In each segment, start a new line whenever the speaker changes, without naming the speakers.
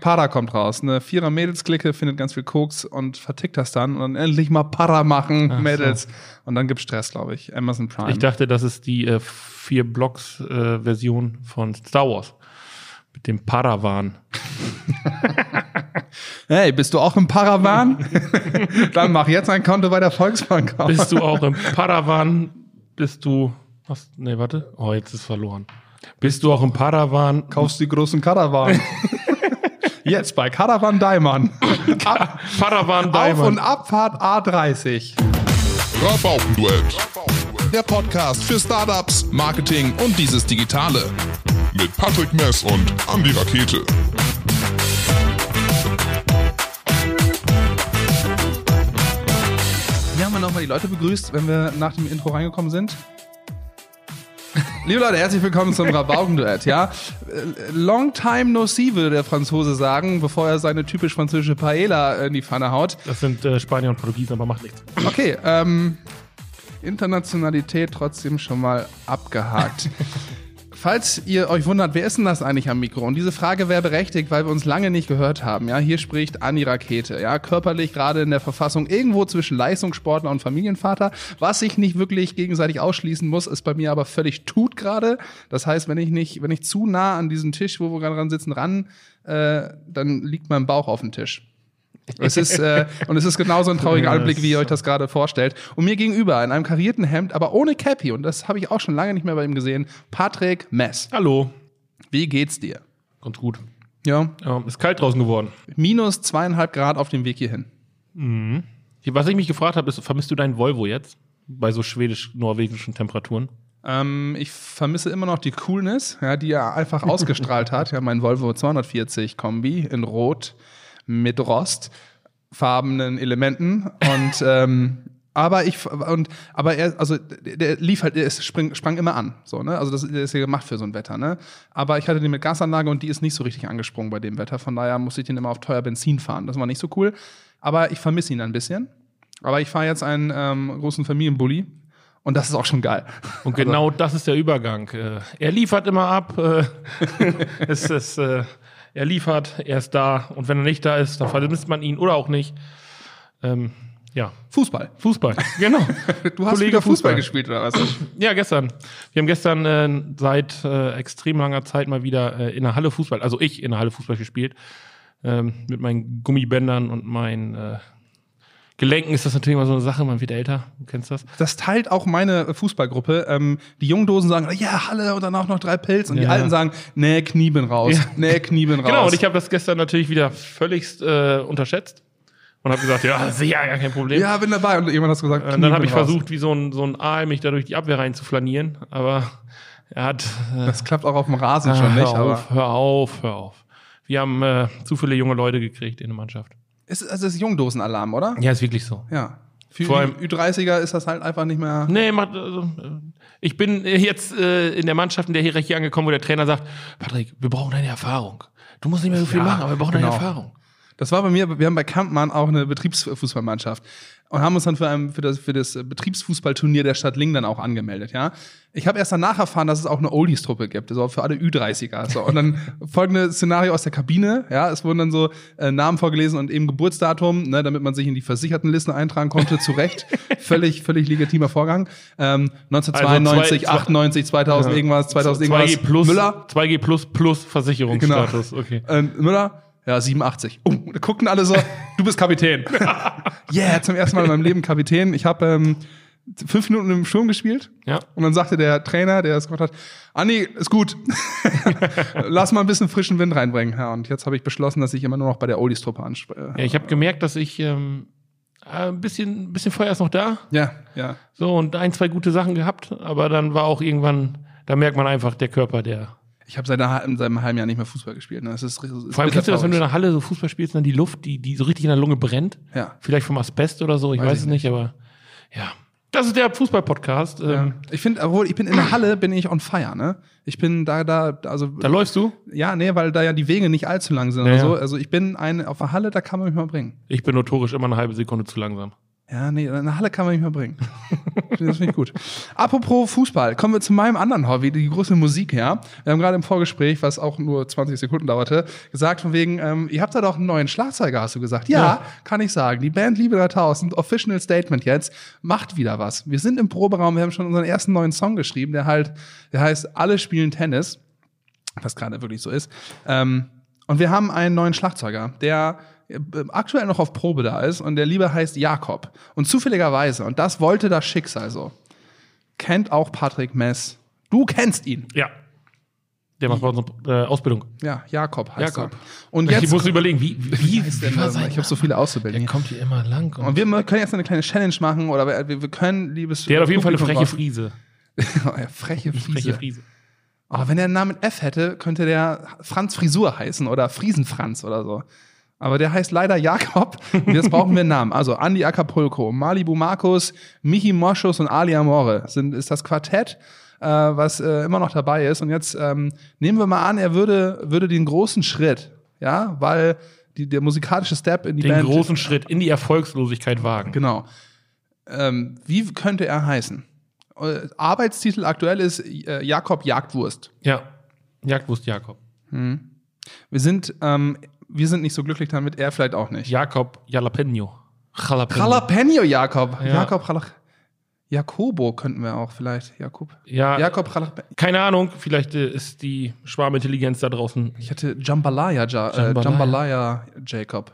Para kommt raus. Eine vierer Mädelsklicke findet ganz viel Koks und vertickt das dann und dann endlich mal Para machen,
Ach so.
Mädels. Und dann gibt's Stress, glaube ich. Amazon Prime.
Ich dachte, das ist die äh, vier Blocks äh, Version von Star Wars mit dem Paravan.
hey, bist du auch im Paravan? dann mach jetzt ein Konto bei der Volksbank auf.
Bist du auch im Paravan? Bist du was? Nee, warte. Oh, jetzt ist verloren. Bist du auch im Paravan?
Kaufst die großen Karawan. jetzt bei Karawan Daimann. Ab, auf
Paravan
und
Diamond.
Abfahrt A30.
Dropout-Duett. Der Podcast für Startups, Marketing und dieses Digitale. Mit Patrick Mess und Andy Rakete.
Wir haben ja nochmal die Leute begrüßt, wenn wir nach dem Intro reingekommen sind. Liebe Leute, herzlich willkommen zum Rabaukenduett, ja? Äh, Long time no see, würde der Franzose sagen, bevor er seine typisch französische Paella in die Pfanne haut.
Das sind äh, Spanier und Portugiesen, aber macht nichts.
Okay, ähm, Internationalität trotzdem schon mal abgehakt. Falls ihr euch wundert, wer ist denn das eigentlich am Mikro? Und diese Frage wäre berechtigt, weil wir uns lange nicht gehört haben. Ja, hier spricht Anni Rakete. Ja, körperlich gerade in der Verfassung irgendwo zwischen Leistungssportler und Familienvater. Was sich nicht wirklich gegenseitig ausschließen muss, ist bei mir aber völlig tut gerade. Das heißt, wenn ich nicht, wenn ich zu nah an diesen Tisch, wo wir gerade dran sitzen, ran, äh, dann liegt mein Bauch auf dem Tisch. Es ist, äh, und es ist genauso ein trauriger
Ja,
Anblick,
das
wie ihr
ist
euch das gerade vorstellt. Und mir gegenüber, in einem karierten Hemd, aber ohne Cappy, und das habe ich auch schon lange nicht mehr bei ihm gesehen, Patrick Mess.
Hallo.
Wie geht's dir?
Ganz gut.
Ja,
Ähm, ist kalt draußen geworden.
minus zweieinhalb Grad auf dem Weg hierhin.
Was ich mich gefragt habe, ist, vermisst du deinen Volvo jetzt? Bei so schwedisch-norwegischen Temperaturen?
Ähm, ich vermisse immer noch die Coolness, ja, die er einfach ausgestrahlt hat. Ja, mein Volvo 240 Kombi in Rot mit rostfarbenen Elementen und ähm, aber ich und aber er also der, der lief halt er ist, spring, sprang immer an so ne also das der ist ja gemacht für so ein Wetter ne aber ich hatte den mit Gasanlage und die ist nicht so richtig angesprungen bei dem Wetter von daher musste ich den immer auf teuer Benzin fahren das war nicht so cool aber ich vermisse ihn ein bisschen aber ich fahre jetzt einen ähm, großen Familienbully und das ist auch schon geil
Und genau das ist der Übergang. Äh, Er liefert immer ab. äh, es ist, äh, er liefert, er ist da. Und wenn er nicht da ist, dann vermisst man ihn oder auch nicht. Ähm, ja,
Fußball
Fußball. Genau.
Du hast wieder Fußball gespielt oder was?
Ja, gestern. Wir haben gestern äh, seit äh, extrem langer Zeit mal wieder äh, in der Halle Fußball, also ich in der Halle Fußball gespielt. Ähm, mit meinen Gummibändern und meinen äh, Gelenken ist das natürlich immer so eine Sache. Man wird älter, du kennst das.
Das teilt auch meine äh, Fußballgruppe. Ähm, die Jungdosen sagen, ja, Halle und danach noch drei Pilz. Und die
Ja.
Alten sagen, nee, Knieben raus.
Ja.
Nee, Knieben raus.
Genau, und ich habe das gestern natürlich wieder völligst äh, unterschätzt und habe gesagt, ja, sicher, gar kein Problem.
ja, bin dabei. Und jemand hat gesagt,
und Äh, dann habe
Knieben
ich
raus.
versucht, wie so ein, so ein Aal mich da durch die Abwehr reinzuflanieren, aber er hat... Äh,
Das klappt auch auf dem Rasen schon nicht.
Ah, hör
Aber
auf, hör auf, hör auf. Wir haben äh, zu viele junge Leute gekriegt in der Mannschaft.
es ist, es ist Jungdosenalarm, oder?
Ja, ist wirklich so.
Ja. Für
Vor allem-
die Ü30er ist das halt einfach nicht mehr.
Nee, macht, also, äh, ich bin äh, jetzt äh, in der Mannschaft in der Hierarchie angekommen, wo der Trainer sagt, Patrick, wir brauchen deine Erfahrung. Du musst nicht mehr so viel
Ja,
machen, aber wir brauchen
genau.
deine Erfahrung.
Das war bei mir, wir haben bei Kampmann auch eine Betriebsfußballmannschaft und haben uns dann für, ein, für, das, für das Betriebsfußballturnier der Stadt Lingen dann auch angemeldet, ja. Ich habe erst danach erfahren, dass es auch eine Oldies-Truppe gibt, also für alle Ü30er. So. Und dann folgende Szenario aus der Kabine, ja, es wurden dann so äh, Namen vorgelesen und eben Geburtsdatum, ne, damit man sich in die Versichertenliste eintragen konnte, zu Recht. völlig, völlig legitimer Vorgang. Ähm, 1992,
Also zwei-
98, 2000
Ja.
irgendwas, 2000 irgendwas.
2G plus,
Müller,
2G plus plus Versicherungsstatus.
Genau.
Okay.
Ähm, Müller? Ja, 87. Oh, da gucken alle so, du bist Kapitän. yeah, zum ersten Mal in meinem Leben Kapitän. Ich habe ähm, fünf Minuten im Sturm gespielt.
Ja.
Und dann sagte der Trainer, der es gemacht hat, Anni, ist gut. Lass mal ein bisschen frischen Wind reinbringen. Ja, und jetzt habe ich beschlossen, dass ich immer nur noch bei der Oldies-Truppe anspreche.
Ja, ich habe gemerkt, dass ich ähm, äh, ein bisschen, ein bisschen Feuer ist noch da.
Ja, ja.
So und ein, zwei gute Sachen gehabt, aber dann war auch irgendwann, da merkt man einfach der Körper, der.
Ich habe seit, einer- seit einem halben Jahr nicht mehr Fußball gespielt. Ne? Das ist, ist
Vor allem kennst du das, wenn du in der Halle so Fußball spielst, dann die Luft, die, die so richtig in der Lunge brennt.
Ja.
Vielleicht vom Asbest oder so, ich weiß,
ich
es nicht, aber ja. Das ist der Fußball-Podcast.
Ja.
Ähm,
Ich finde, obwohl ich bin in der Halle, bin ich on fire, ne? Ich bin da, da, also
Da läufst du?
Ja, nee, weil da ja die Wege nicht allzu lang sind
Ja,
oder
ja.
so. Also ich bin ein, auf der Halle, da kann man mich mal bringen.
Ich bin notorisch immer eine halbe Sekunde zu langsam.
Ja, nee, in der Halle kann man mich mal bringen. das finde ich gut. Apropos Fußball, kommen wir zu meinem anderen Hobby, die große Musik, ja. Wir haben gerade im Vorgespräch, was auch nur 20 Sekunden dauerte, gesagt von wegen, ähm, ihr habt da doch einen neuen Schlagzeuger, hast du gesagt. Ja,
Ja.
kann ich sagen. Die Band Liebe 3000, Official Statement jetzt, macht wieder was. Wir sind im Proberaum, wir haben schon unseren ersten neuen Song geschrieben, der halt, der heißt Alle spielen Tennis was gerade wirklich so ist. Ähm, und wir haben einen neuen Schlagzeuger, der äh, aktuell noch auf Probe da ist und der Liebe heißt Jakob. Und zufälligerweise, und das wollte das Schicksal so, kennt auch Patrick Mess. Du kennst ihn.
Ja. Der macht bei uns eine äh, Ausbildung.
Ja, Jakob heißt
Jakob.
er. Und
Ich
jetzt,
muss überlegen, wie, wie,
heißt der
wie war
denn?
sein
ich habe so viele Auszubildende.
kommt hier immer lang. Und
Und wir können jetzt eine kleine Challenge machen oder wir- wir, wir können, liebes.
der hat auf jeden Fall eine freche
Publikum
Friese.
drauf- Ja, freche Friese.
Freche Friese.
Oh, wenn er einen Namen mit F hätte, könnte der Franz Frisur heißen oder Friesenfranz oder so. Aber der heißt leider Jakob. Und jetzt brauchen wir einen Namen. Also Andy Acapulco, Malibu Markus, Michi Moschus und Ali Amore sind, ist das Quartett, äh, was äh, immer noch dabei ist. Und jetzt ähm, nehmen wir mal an, er würde, würde den großen Schritt, ja, weil die, der musikalische Step in die
Den
Band.
großen Schritt in die Erfolgslosigkeit wagen.
Genau. Ähm, wie könnte er heißen? Äh, Arbeitstitel aktuell ist äh, Jakob Jagdwurst.
Ja. Jagdwurst Jakob.
Wir sind, ähm, wir sind nicht so glücklich damit, er vielleicht auch nicht.
Jakob Jalapeno. Jalapeno.
Jalapeno Jakob.
Ja.
Jakob Jalapeno. Jakobo könnten wir auch vielleicht. Jakob.
Ja.
Jakob Jalapeno.
Keine Ahnung, vielleicht äh, ist die Schwarmintelligenz da draußen.
Ich hätte Jambalaya, ja, äh,
Jambalaya.
Jambalaya Jacob.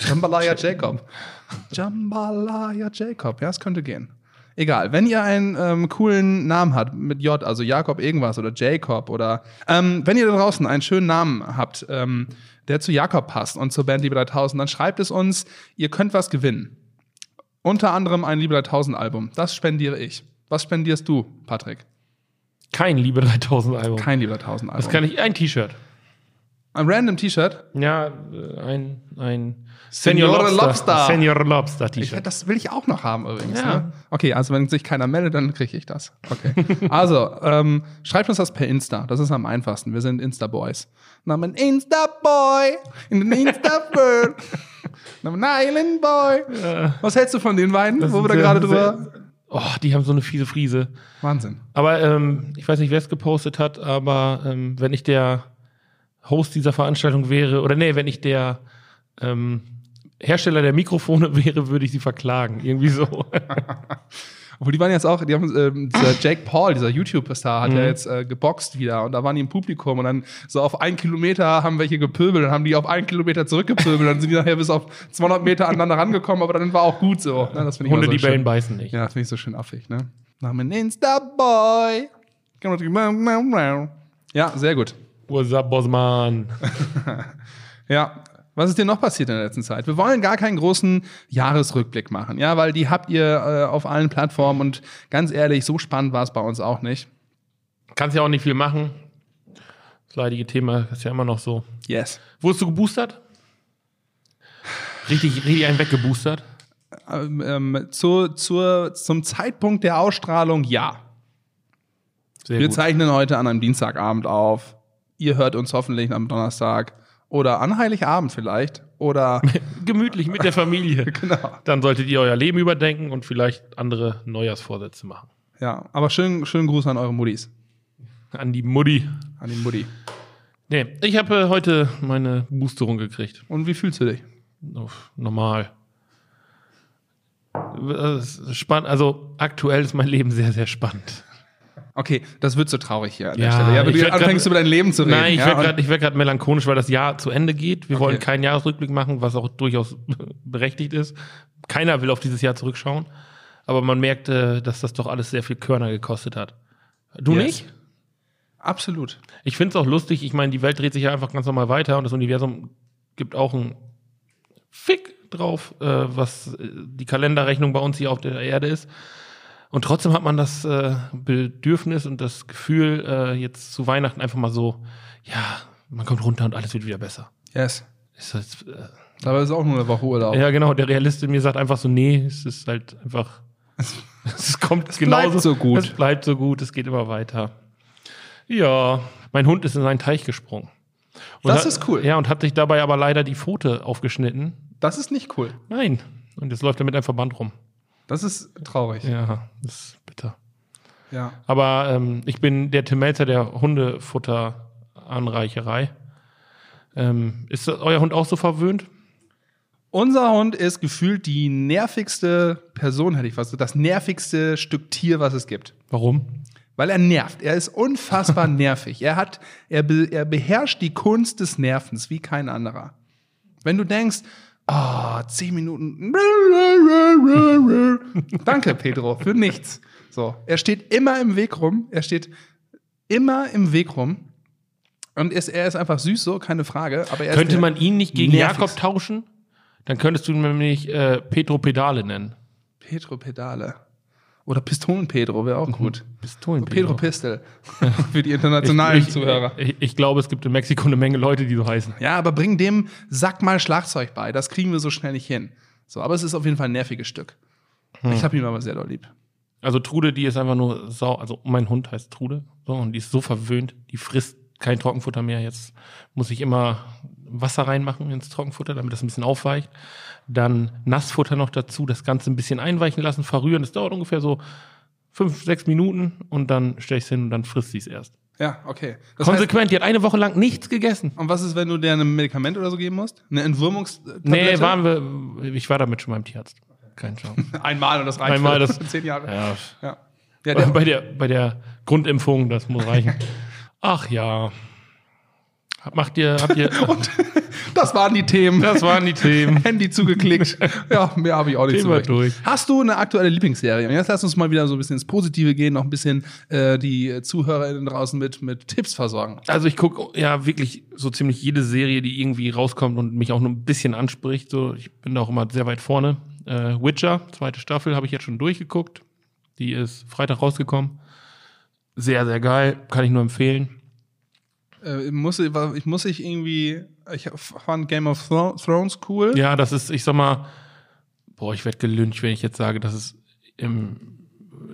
Jambalaya Jacob. Jambalaya Jacob. Ja, es könnte gehen. Egal, wenn ihr einen ähm, coolen Namen habt mit J, also Jakob irgendwas oder Jacob oder ähm, wenn ihr da draußen einen schönen Namen habt, ähm, der zu Jakob passt und zur Band Liebe 3000, dann schreibt es uns. Ihr könnt was gewinnen. Unter anderem ein Liebe 3000 Album. Das spendiere ich. Was spendierst du, Patrick?
Kein Liebe 3000 Album.
Kein Liebe 3000 Album.
das kann ich. Ein T-Shirt.
ein random T-Shirt.
Ja, äh, ein, ein
Senior Lobster.
Senior Lobster
Ich,
T-Shirt.
das will ich auch noch haben übrigens.
Ja.
Ne? Okay, also wenn sich keiner meldet, dann kriege ich das. Okay. also, ähm, schreibt uns das per Insta. Das ist am einfachsten. Wir sind Insta-Boys. Na, mein Insta-Boy in den Insta-Bird. Na, mein Island-Boy. Was hältst du von den beiden, wo wir da gerade drüber...
Oh, die haben so eine fiese Friese.
Wahnsinn.
Aber ähm, ich weiß nicht, wer es gepostet hat, aber ähm, wenn ich der Host dieser Veranstaltung wäre, oder nee, wenn ich der ähm, Hersteller der Mikrofone wäre, würde ich sie verklagen. Irgendwie so.
Obwohl, die waren jetzt auch, die haben, ähm, dieser Jake Paul, dieser YouTube-Star,
Mhm.
hat ja jetzt äh, geboxt wieder und da waren die im Publikum und dann so auf einen Kilometer haben welche gepöbelt und haben die auf einen Kilometer zurückgepöbelt, dann sind die nachher bis auf 200 Meter aneinander rangekommen, aber dann war auch gut so. Ne, das find ich immer
Hunde,
so
die
schön.
bellen, beißen nicht.
Ja, das finde ich so schön affig, ne? Namen Insta-Boy. Ja, sehr gut.
What's up, Bosman?
Ja. Was ist dir noch passiert in der letzten Zeit? Wir wollen gar keinen großen Jahresrückblick machen, ja, weil die habt ihr äh, auf allen Plattformen und ganz ehrlich, so spannend war es bei uns auch nicht.
Kannst ja auch nicht viel machen. Das leidige Thema ist ja immer noch so.
Yes.
Wurdest du geboostert? Richtig, richtig einen weggeboostert?
Ähm, ähm, zu, zur, zum Zeitpunkt der Ausstrahlung ja.
Sehr
Wir
gut.
zeichnen heute an einem Dienstagabend auf. Ihr hört uns hoffentlich am Donnerstag oder an Heiligabend vielleicht oder
Gemütlich mit der Familie.
genau.
Dann solltet ihr euer Leben überdenken und vielleicht andere Neujahrsvorsätze machen.
Ja, aber schönen schönen Gruß an eure Muttis,
An die Mutti.
an den Mutti.
Nee, ich habe äh, heute meine Boosterung gekriegt.
Und wie fühlst du dich?
Auf normal. Äh, es ist Spannend, also aktuell ist mein Leben sehr, sehr spannend.
Okay, das wird so traurig hier an der
Ja,
Stelle. Ja, wenn
ich
du
werd grad-
anfängst über dein Leben zu reden.
Nein, ich
ja, und-
werd werd gerade melancholisch, weil das Jahr zu Ende geht. Wir
Okay.
wollen keinen Jahresrückblick machen, was auch durchaus berechtigt ist. Keiner will auf dieses Jahr zurückschauen. Aber man merkt, äh, dass das doch alles sehr viel Körner gekostet hat. Du
Yes.
nicht?
absolut.
Ich finde es auch lustig. Ich meine, die Welt dreht sich ja einfach ganz normal weiter und das Universum gibt auch einen Fick drauf, äh, was äh, die Kalenderrechnung bei uns hier auf der Erde ist. Und trotzdem hat man das äh, Bedürfnis und das Gefühl, äh, jetzt zu Weihnachten einfach mal so, ja, man kommt runter und alles wird wieder besser.
Yes.
Ist das, äh,
Dabei ist auch nur eine Woche Urlaub.
ja, genau. Der Realist in mir sagt einfach so, nee, es ist halt einfach, es kommt
bleibt
genauso.
so gut.
Es bleibt so gut, es geht immer weiter. Ja, mein Hund ist in seinen Teich gesprungen. Und
Das
hat-
ist cool.
Ja, und hat sich dabei aber leider die Pfote aufgeschnitten.
Das ist nicht cool.
Nein. Und jetzt läuft er mit einem Verband rum.
Das ist traurig. Ja.
Ja, das ist bitter. Aber ähm, ich bin der Tim Melzer der Hundefutteranreicherei. Ähm, ist euer Hund auch so verwöhnt?
Unser Hund ist gefühlt die nervigste Person, hätte ich fast gesagt. Das nervigste Stück Tier, was es gibt.
Warum?
Weil er nervt. Er ist unfassbar nervig. Er hat, er, be, er beherrscht die Kunst des Nervens wie kein anderer. Wenn du denkst, ah, zehn Minuten. Danke, Pedro, für nichts. So, er steht immer im Weg rum. Er steht immer im Weg rum. Und ist, er ist einfach süß, so, keine Frage. Aber er
Könnte
ist
man ihn nicht gegen
Nervigste.
Jakob tauschen? Dann könntest du ihn nämlich äh, Petro Pedale nennen.
Pedro Pedale. Oder Pistolen-Pedro wäre
Mhm.
auch gut.
Pistolen
Pedro Pistel. für die internationalen Zuhörer.
Ich, ich, ich glaube, es gibt in Mexiko eine Menge Leute, die so heißen.
Ja, aber bring dem, sag mal Schlagzeug bei. Das kriegen wir so schnell nicht hin. So, aber es ist auf jeden Fall ein nerviges Stück.
Hm.
Ich habe ihn aber sehr doll lieb.
Also Trude, die ist einfach nur sau. Also mein Hund heißt Trude. So, und die ist so verwöhnt. Die frisst kein Trockenfutter mehr. Jetzt muss ich immer Wasser reinmachen ins Trockenfutter, damit das ein bisschen aufweicht. Dann Nassfutter noch dazu, das Ganze ein bisschen einweichen lassen, verrühren. Das dauert ungefähr so fünf, sechs Minuten und dann stelle ich es hin und dann frisst sie es erst.
Ja, okay. Das heißt,
Konsequent, die hat eine Woche lang nichts gegessen.
und was ist, wenn du dir ein Medikament oder so geben musst? Eine Entwürmungstablette?
Nee, waren wir, ich war damit schon beim Tierarzt. Keine Chance.
Einmal und das reicht
Einmal
für
das-
zehn Jahre.
ja.
Ja. Ja, der,
bei, der, bei der Grundimpfung, das muss reichen. Ach ja. Hab- Macht ihr, habt ihr,
das waren die Themen.
das waren die Themen.
Handy zugeklickt. Ja, mehr habe ich auch nicht
Thema
zu berichten.
durch.
Hast du eine aktuelle Lieblingsserie? Und jetzt lass uns mal wieder so ein bisschen ins Positive gehen, noch ein bisschen äh, die ZuhörerInnen draußen mit, mit Tipps versorgen.
Also ich gucke ja wirklich so ziemlich jede Serie, die irgendwie rauskommt und mich auch nur ein bisschen anspricht. So, ich bin da auch immer sehr weit vorne. Äh, Witcher, zweite Staffel, habe ich jetzt schon durchgeguckt. Die ist Freitag rausgekommen. Sehr, sehr geil. Kann ich nur empfehlen.
Äh, ich muss, ich muss ich irgendwie. Ich fand Game of Thro- Thrones cool.
Ja, das ist, ich sag mal, boah, ich werde gelüncht, wenn ich jetzt sage, das ist im,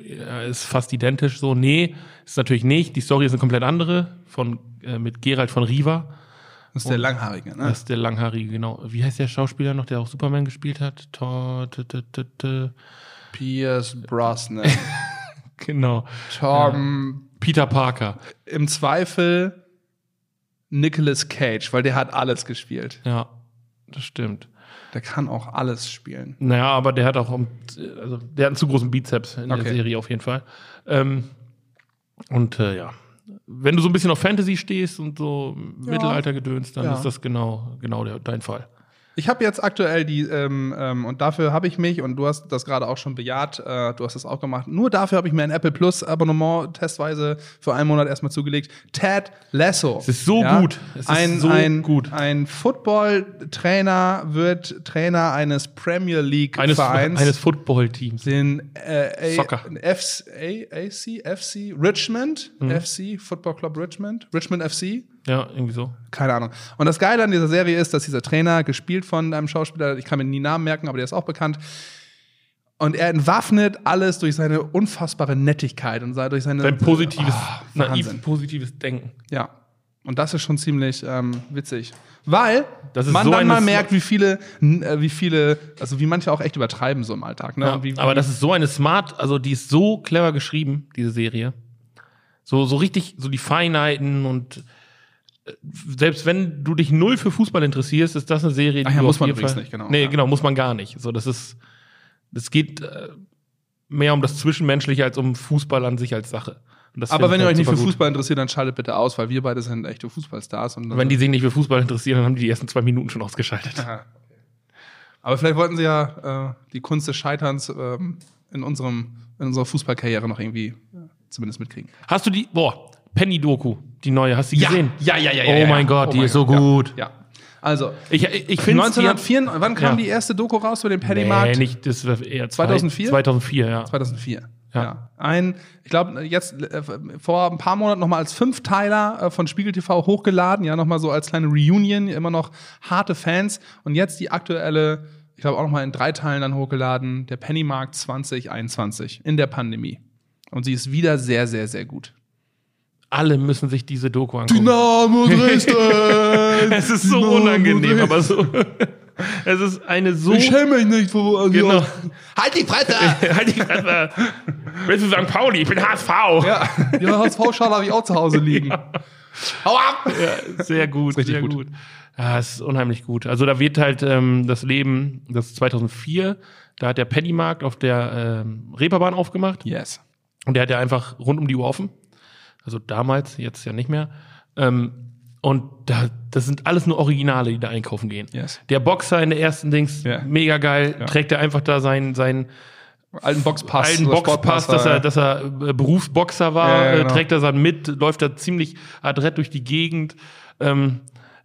ja, ist fast identisch so. Nee, ist natürlich nicht. Die Story ist eine komplett andere von äh, mit Gerald von Riva.
Das ist der Langhaarige, ne?
Das ist der langhaarige, genau. Wie heißt der Schauspieler noch, der auch Superman gespielt hat? Tor, t, t, t, t.
Pierce Brosnan.
Genau.
Tom.
Peter Parker.
Im Zweifel Nicolas Cage, weil der hat alles gespielt.
Ja, das stimmt.
Der kann auch alles spielen.
Naja, aber der hat auch, um- also der hat einen zu großen Bizeps in
Okay.
der Serie auf jeden Fall. Ähm, und äh, ja, wenn du so ein bisschen auf Fantasy stehst und so Mittelaltergedöns, dann
Ja.
ist das genau, genau der, dein Fall.
Ich habe jetzt aktuell die, ähm, ähm, und dafür habe ich mich, und du hast das gerade auch schon bejaht, äh, du hast das auch gemacht, nur dafür habe ich mir ein Apple Plus Abonnement testweise für einen Monat erstmal zugelegt. Ted Lasso.
Es ist so gut. Es ist
ein,
so
ein,
gut.
Ein Football-Trainer wird Trainer eines Premier
Eines,
League-Vereins.
eines Football-Teams.
den äh, A-
Soccer.
FC, A, AC, FC, Richmond,
Mhm.
FC, Football Club Richmond, Richmond FC,
Ja, irgendwie so.
keine Ahnung. Und das Geile an dieser Serie ist, dass dieser Trainer, gespielt von einem Schauspieler, ich kann mir nie Namen merken, aber der ist auch bekannt, und er entwaffnet alles durch seine unfassbare Nettigkeit und sei- durch seine.
Sein positives,
Ah,
naiv
Wahnsinn.
positives Denken.
Ja. Und das ist schon ziemlich ähm, witzig. Weil
Das ist
man
so
dann
eine
mal
Sno-
merkt, wie viele, n- äh, wie viele, also wie manche auch echt übertreiben so im Alltag. Ne?
Ja,
Und wie,
aber das ist so eine smart, also die ist so clever geschrieben, diese Serie. So, so richtig, so die Feinheiten und äh, selbst wenn du dich null für Fußball interessierst, ist das eine Serie, die
Ach ja,
du
muss
auf
man
jeden
übrigens nicht, genau,
Nee,
ja.
genau, muss man gar nicht. So, das ist, das geht äh, mehr um das Zwischenmenschliche als um Fußball an sich als Sache. Und das
Aber
find
wenn
ich
ihr
halt
euch nicht für
super gut.
Fußball interessiert, dann schaltet bitte aus, weil wir beide sind echte Fußballstars. Und
Wenn die sich nicht für Fußball interessieren, dann haben die die ersten zwei Minuten schon ausgeschaltet.
Aha. Aber vielleicht wollten sie ja äh, die Kunst des Scheiterns ähm, in, unserem, in unserer Fußballkarriere noch irgendwie äh, zumindest mitkriegen.
Hast du die, boah, Penny-Doku, die neue, hast du die gesehen?
ja, ja, ja.
Oh mein Gott, die ist so gut.
Ja. ja. Also,
Ich, ich, ich finde
1904, wann kam
Ja.
die erste Doku raus über den Pennymarkt?
Nee, nicht, das war eher zwei-
2004?
2004, ja.
2004. Ja.
Ja.
Ein, ich glaube, jetzt äh, vor ein paar Monaten nochmal als Fünfteiler äh, von Spiegel TV hochgeladen, ja, nochmal so als kleine Reunion, immer noch harte Fans. Und jetzt die aktuelle, ich glaube auch nochmal in drei Teilen dann hochgeladen, der Pennymarkt 2021 in der Pandemie. Und sie ist wieder sehr, sehr, sehr gut.
Alle müssen sich
Genau.
diese Doku angucken.
Dynamo Dresden!
Es ist so
Dynamo Genau.
unangenehm,
Dresden.
aber so. Es ist eine so.
schäme mich nicht vor.
Genau.
Halt die Fresse!
halt die Fresse. Willst du St. Pauli? Ich bin HSV. Ja.
ja, die HSV-Schale habe ich auch zu Hause liegen. Hau ab!
sehr gut,
richtig
sehr
gut.
gut. Ja, es ist unheimlich gut. Also da wird halt ähm, das Leben, das ist 2004, da hat der Pennymarkt auf der ähm, Reeperbahn aufgemacht.
Yes.
Und der hat ja einfach rund um die Uhr offen. Also damals, jetzt ja nicht mehr. Ähm, und da, das sind alles nur Originale, die da einkaufen gehen.
Yes.
Der Boxer in der ersten Dings,
Ja.
mega geil,
Ja.
trägt er einfach da seinen, seinen
Alten Boxpass.
alten
oder
Boxpass,
Sportpass,
dass
äh,
er, dass er äh, Berufsboxer war,
Ja, ja,
äh,
genau.
trägt er dann mit, läuft da ziemlich adrett durch die Gegend. Ähm,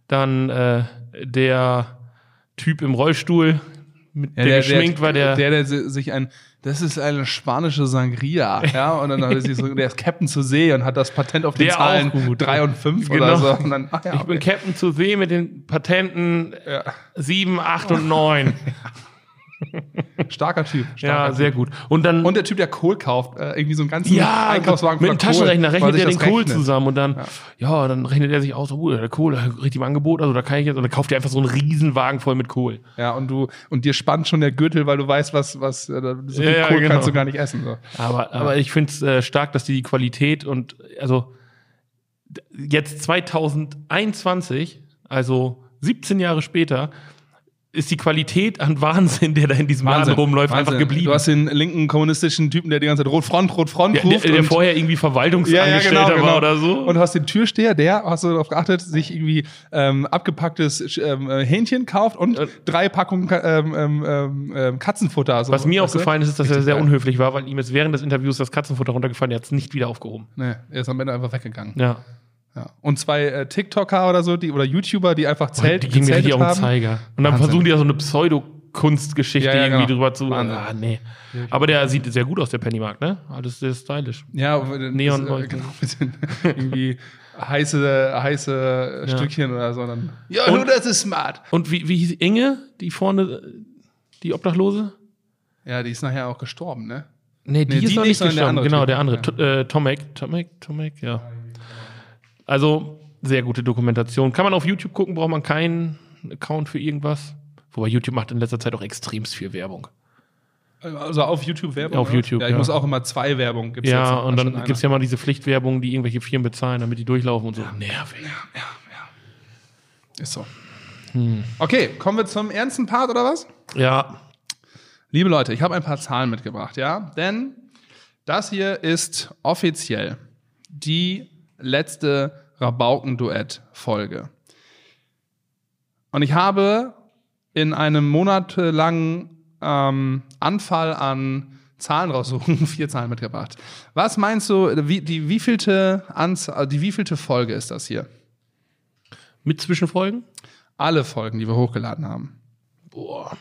dann äh, der Typ im Rollstuhl, mit
Ja,
der, geschminkt war, der,
der, der si- sich ein, das ist eine spanische Sangria, ja, und dann hat er sich so, der ist Captain zur See und hat das Patent auf die
Der auch
Zahlen
gut.
3 und 5
Genau.
oder so. Und dann, ach ja,
ich bin Captain zu See mit den Patenten
ja.
7, 8 und 9.
starker Typ. Starker
ja,
typ.
sehr gut. Und dann
Und der Typ, der Kohl kauft, äh, irgendwie so einen ganzen
ja,
Einkaufswagen
mit
voller
dem
Kohl,
Taschenrechner
weil
rechnet
sich
er den
das
Kohl
rechnet.
zusammen und dann, ja. dann rechnet er sich aus, oh, der Kohl, äh, richtig im Angebot, also da kann ich jetzt, und dann kauft er einfach so einen Riesenwagen voll mit Kohl.
Ja, und du und dir spannt schon der Gürtel, weil du weißt, was was äh, da- so viel
Ja, ja,
Kohl
genau.
kannst du gar nicht essen. So.
Aber, aber ich finde es äh, stark, dass die die Qualität und also d- jetzt 2021, also 17 Jahre später, ist die Qualität an Wahnsinn, der da in diesem Laden rumläuft, einfach geblieben.
Du hast den linken kommunistischen Typen, der die ganze Zeit rot Front, rot Front
der, der,
ruft
der
und- genau,
vorher irgendwie Verwaltungsangestellter war oder so.
Und hast den Türsteher, der, hast du darauf geachtet, sich irgendwie ähm, abgepacktes ähm, äh, Hähnchen kauft und
Äh.
drei Packungen Ka- ähm, ähm, ähm, ähm, Katzenfutter. So,
Was mir
weißt du?
aufgefallen ist, ist, dass er
Richtig
sehr
geil.
unhöflich war, weil ihm ist während des Interviews das Katzenfutter runtergefallen, er hat es nicht wieder aufgehoben.
Nee, er ist am Ende einfach weggegangen.
Ja. Oh,
Ja. Und zwei äh, TikToker oder so, die, oder YouTuber, die einfach Zelt,
die gingen mir richtig
gezeltet
auf den
haben.
Zeiger. Und dann
Wahnsinn.
versuchen die ja so eine Pseudo-Kunstgeschichte
Ja, ja,
irgendwie
genau.
drüber zu.
Wahnsinn.
Ah, nee. Aber der sieht sehr gut aus, der Pennymarkt, ne? Alles sehr stylisch.
Ja, aber dann
Neon-
ist, äh, genau, mit den irgendwie heiße, heiße
Ja.
Stückchen oder so. Dann, ja,
Und-
nur das ist smart.
Und wie, wie hieß Inge, die vorne, äh, die Obdachlose?
Ja, die ist nachher auch gestorben, ne?
Nee, die
Nee,
ist
die
noch
nicht,
nicht
sondern der
gestorben.
andere
genau,
Typ.
der andere.
Ja.
To- Äh, Tomek, Tomek, Tomek, ja. Also, sehr gute Dokumentation. Kann man auf YouTube gucken, braucht man keinen Account für irgendwas. Wobei YouTube macht in letzter Zeit auch extremst viel Werbung.
Also auf YouTube Werbung.
Auf
oder?
YouTube,
Ja, ich
ja.
muss auch immer zwei Werbung. Gibt's
ja,
jetzt
und dann
anstatt
gibt es ja mal diese Pflichtwerbung, die irgendwelche Firmen bezahlen, damit die durchlaufen und so. Nervig.
einer. Ist so. Okay, kommen wir zum ernsten Part oder was?
Ja,
Liebe Leute, ich habe ein paar Zahlen mitgebracht, ja? Denn das hier ist offiziell die letzte Rabaukenduett-Folge. Und ich habe in einem monatelangen ähm, Anfall an Zahlen raussuchen, vier Zahlen mitgebracht. Was meinst du, wie, die, wievielte Anzahl, die wievielte Folge ist das hier?
mit Zwischenfolgen?
Alle Folgen, die wir hochgeladen haben.
Boah.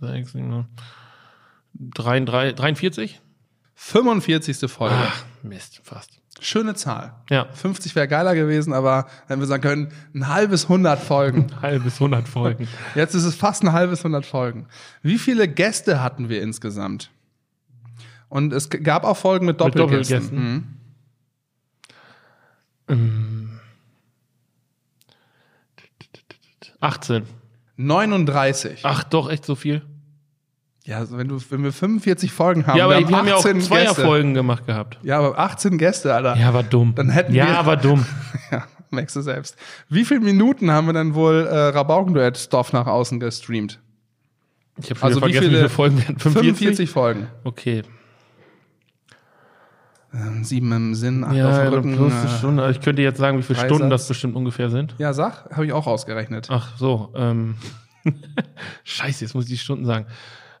Sechs, sieben, neun. Drei, drei, 43?
45. Folge.
Ah, Mist, fast.
Schöne Zahl.
Ja.
50 wäre geiler gewesen, aber dann hätten wir sagen können, ein halbes 100 Folgen.
Halb bis 100 Folgen.
Jetzt ist es fast ein halbes 100 Folgen. Wie viele Gäste hatten wir insgesamt? Und es g- gab auch Folgen mit Doppelgästen.
Doppelgästen.
Mhm.
Ähm. 18.
39.
Ach, doch, echt so viel?
Ja, also wenn, du, wenn wir 45 Folgen haben,
ja, aber wir haben, ja auch
18
Zweierfolgen gemacht gehabt.
Ja, aber 18 Gäste, Alter.
Ja, war dumm.
Dann hätten
ja,
wir-
war dumm.
Ja, merkst du selbst. Wie viele Minuten haben wir denn wohl äh, Rabaukenduett-Stoff nach außen gestreamt?
Ich habe
Also wie
vergessen,
viele-
wie viele Folgen wir hatten.
45 Folgen.
Okay.
Ähm, Sieben im Sinn, acht auf
Ja,
dem Rücken.
plus
äh,
eine Stunde. Also Ich könnte jetzt sagen, wie viele
Dreisatz.
Stunden das bestimmt ungefähr sind.
Ja, sag, habe ich auch ausgerechnet.
Ach so. Ähm. Scheiße, jetzt muss ich die Stunden sagen.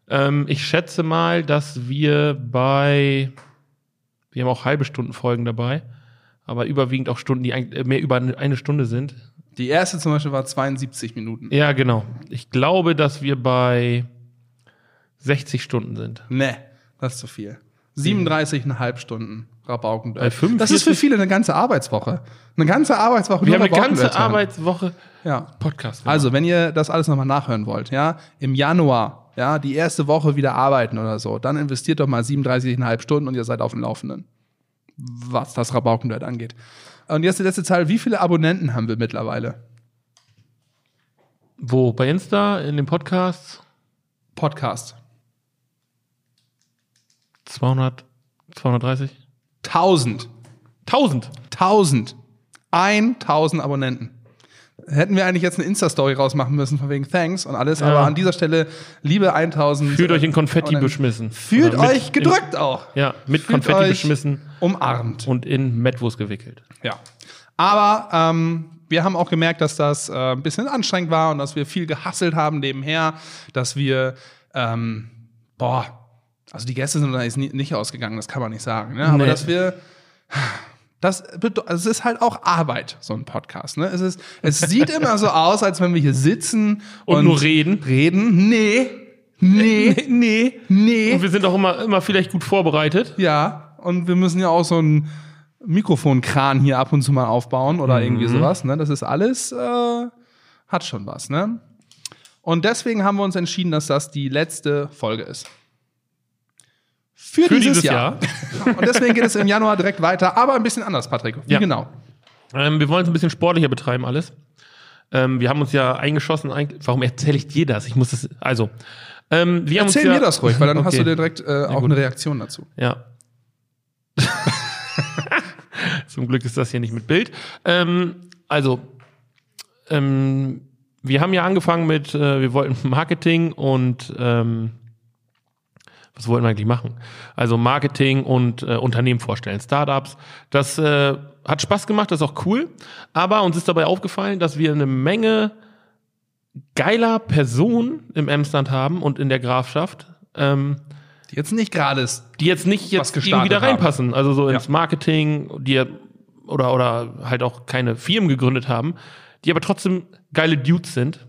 Ähm, ich schätze mal, dass wir bei. Wir haben auch halbe Stunden Folgen dabei, aber überwiegend auch Stunden, die ein, äh, mehr über eine Stunde sind.
Die erste zum Beispiel war 72 Minuten.
Ja, genau. Ich glaube, dass wir bei 60 Stunden sind.
Ne, das ist zu viel. 37,5 Stunden Rabauken.
Bei 45
Das ist für viele eine ganze Arbeitswoche. Eine ganze Arbeitswoche. nur
Wir haben eine ganze
Rabaukenwörter.
Arbeitswoche
Ja.
Podcast. gemacht.
Also, wenn ihr das alles nochmal nachhören wollt, ja, im Januar, ja, die erste Woche wieder arbeiten oder so, dann investiert doch mal 37,5 Stunden und ihr seid auf dem Laufenden. Was das Rabaukenduett angeht. Und jetzt die letzte Zahl. Wie viele Abonnenten haben wir mittlerweile?
Wo? Bei Insta, in den Podcasts?
Podcast.
200, 230?
1000.
1000!
1000. 1000 Abonnenten. Hätten wir eigentlich jetzt eine Insta-Story rausmachen müssen, von wegen Thanks und alles,
Ja.
aber an dieser Stelle, liebe 1000.
Fühlt euch in Konfetti
Abonnenten.
beschmissen.
äh, Fühlt
Oder mit
euch gedrückt auch.
In, ja, mit
Fühlt
Konfetti
euch
beschmissen
Umarmt.
und in Mettwurst gewickelt.
Ja. Aber ähm, wir haben auch gemerkt, dass das äh, ein bisschen anstrengend war und dass wir viel gehasselt haben nebenher, dass wir, ähm, boah, also die Gäste sind da jetzt nie- nicht ausgegangen, das kann man nicht sagen. Ne? Aber
Nee.
dass wir, das, bedo- also es ist halt auch Arbeit, so ein Podcast. Ne? Es, ist, es sieht immer so aus, als wenn wir hier sitzen
Und nur reden.
Reden? Nee, nee, nee, nee.
Und wir sind auch immer, immer vielleicht gut vorbereitet.
Ja, und wir müssen ja auch so einen Mikrofonkran hier ab und zu mal aufbauen oder
Mhm.
irgendwie sowas. Ne? Das ist alles, äh, hat schon was. Ne? Und deswegen haben wir uns entschieden, dass das die letzte Folge ist. Für, dieses, Jahr. Und deswegen geht es im Januar direkt weiter, aber ein bisschen anders, Patrick. Wie
Ja.
genau?
Ähm, wir wollen es ein bisschen sportlicher betreiben, alles. Ähm, wir haben uns ja eingeschossen. eing- Warum erzähle ich dir das? Ich muss das. Also, ähm, wir haben
Erzähl
uns ja,
mir das ruhig, weil dann hast
Okay.
du dir direkt äh, auch
gut.
eine Reaktion dazu.
Ja. Zum Glück ist das hier nicht mit Bild. Ähm, also, ähm, wir haben ja angefangen mit, äh, wir wollten Marketing und ähm, was wollten wir eigentlich machen? Also Marketing und äh, Unternehmen vorstellen, Startups. Das äh, hat Spaß gemacht, das ist auch cool. Aber uns ist dabei aufgefallen, dass wir eine Menge geiler Personen im Emsland haben und in der Grafschaft. Ähm,
Die jetzt nicht gerade ist.
die jetzt nicht
Was
jetzt
gestartet
irgendwie da
haben.
reinpassen. Also so ins
Ja.
Marketing, die ja- oder, oder halt auch keine Firmen gegründet haben, die aber trotzdem geile Dudes sind.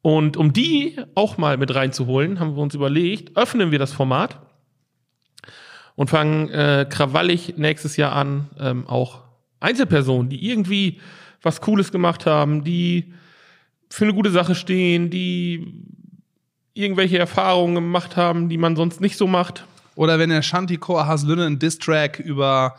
Und um die auch mal mit reinzuholen, haben wir uns überlegt, öffnen wir das Format und fangen äh, krawallig nächstes Jahr an, ähm, auch Einzelpersonen, die irgendwie was Cooles gemacht haben, die für eine gute Sache stehen, die irgendwelche Erfahrungen gemacht haben, die man sonst nicht so macht.
Oder wenn der Shantikor Haslünne einen Diss-Track über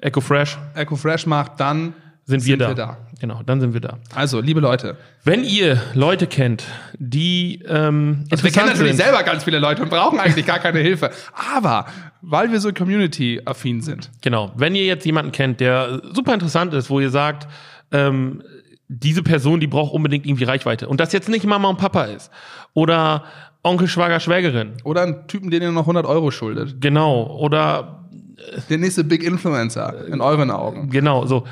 Echo Fresh
Echo Fresh macht, dann
sind, wir, da.
wir da.
Genau, dann sind wir da.
Also, liebe Leute,
Wenn ihr Leute kennt, die ähm,
Also wir kennen
interessant
natürlich
sind,
selber ganz viele Leute und brauchen eigentlich gar keine Hilfe. Aber weil wir so community-affin sind,
genau, wenn ihr jetzt jemanden kennt, der super interessant ist, wo ihr sagt, ähm, diese Person, die braucht unbedingt irgendwie Reichweite und das jetzt nicht Mama und Papa ist oder Onkel, Schwager, Schwägerin,
oder einen Typen, den ihr noch 100 Euro schuldet,
genau oder
der nächste Big Influencer in euren Augen.
genau so.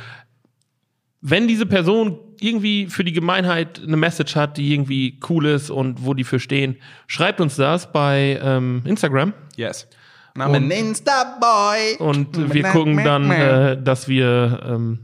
Wenn diese Person irgendwie für die Gemeinheit eine Message hat, die irgendwie cool ist und wo die für stehen, schreibt uns das bei ähm, Instagram.
Yes. I'm an Insta-Boy.
Und wir gucken dann, äh, dass wir ähm,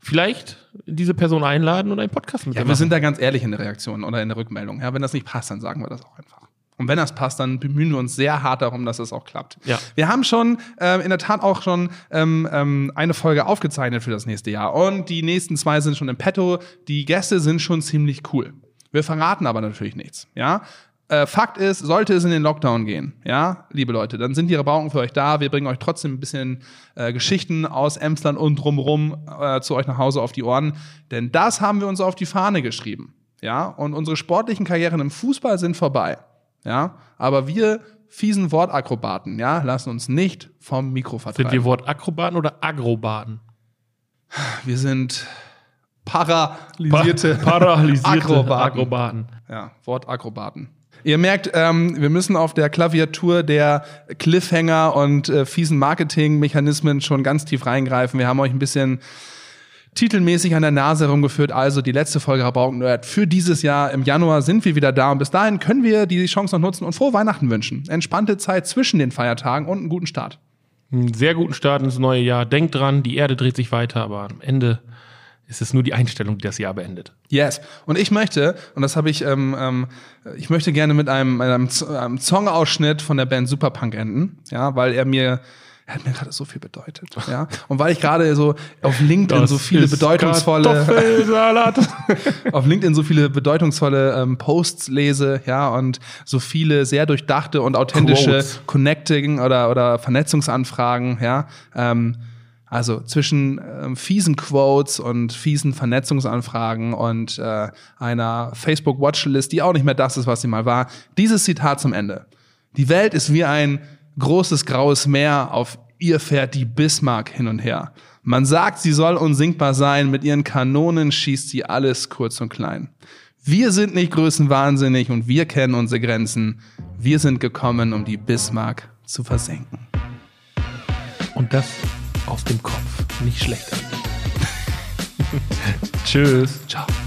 vielleicht diese Person einladen und einen Podcast mit ihr
Ja, wir
machen.
sind da ganz ehrlich in der Reaktion oder in der Rückmeldung. Ja, wenn das nicht passt, dann sagen wir das auch einfach. Und wenn das passt, dann bemühen wir uns sehr hart darum, dass das auch klappt.
Ja.
Wir haben schon ähm, in der Tat auch schon ähm, ähm, eine Folge aufgezeichnet für das nächste Jahr. Und die nächsten zwei sind schon im Petto. Die Gäste sind schon ziemlich cool. Wir verraten aber natürlich nichts. Ja. Äh, Fakt ist, sollte es in den Lockdown gehen, ja, liebe Leute, dann sind die Rabauken für euch da. Wir bringen euch trotzdem ein bisschen äh, Geschichten aus Emsland und drumrum äh, zu euch nach Hause auf die Ohren. Denn das haben wir uns auf die Fahne geschrieben. Ja, und unsere sportlichen Karrieren im Fußball sind vorbei. Ja, aber wir fiesen Wortakrobaten, ja, lassen uns nicht vom Mikro
sind
vertreiben.
wir Wortakrobaten oder Agrobaten?
wir sind paralysierte
Pa- paralysierte
Akrobaten.
Akrobaten.
Ja, Wortakrobaten. Ihr merkt, ähm, wir müssen auf der Klaviatur der Cliffhanger und äh, fiesen Marketingmechanismen schon ganz tief reingreifen. Wir haben euch ein bisschen titelmäßig an der Nase herumgeführt. Also die letzte Folge Rabauken Nerd für dieses Jahr. Im Januar sind wir wieder da und bis dahin können wir die Chance noch nutzen und frohe Weihnachten wünschen. Entspannte Zeit zwischen den Feiertagen und einen guten Start.
Einen sehr guten Start ins neue Jahr. Denkt dran, die Erde dreht sich weiter, aber am Ende ist es nur die Einstellung, die das Jahr beendet.
Yes. Und ich möchte, und das habe ich, ähm, ähm, ich möchte gerne mit einem, einem, Z- einem Songausschnitt von der Band Superpunk enden, ja, weil er mir, er hat mir gerade so viel bedeutet, ja. Und weil ich gerade so auf LinkedIn so viele
ist
bedeutungsvolle,
Kartoffelsalat.
auf LinkedIn so viele bedeutungsvolle ähm, Posts lese, ja, und so viele sehr durchdachte und authentische
Quotes.
Connecting oder, oder Vernetzungsanfragen, ja. Ähm, Also zwischen ähm, fiesen Quotes und fiesen Vernetzungsanfragen und äh, einer Facebook-Watchlist, die auch nicht mehr das ist, was sie mal war. Dieses Zitat zum Ende. Die Welt ist wie ein großes graues Meer, auf ihr fährt die Bismarck hin und her. Man sagt, sie soll unsinkbar sein, mit ihren Kanonen schießt sie alles kurz und klein. Wir sind nicht größenwahnsinnig und wir kennen unsere Grenzen. Wir sind gekommen, um die Bismarck zu versenken.
Und das aus dem Kopf. Nicht schlecht. Tschüss.
Ciao.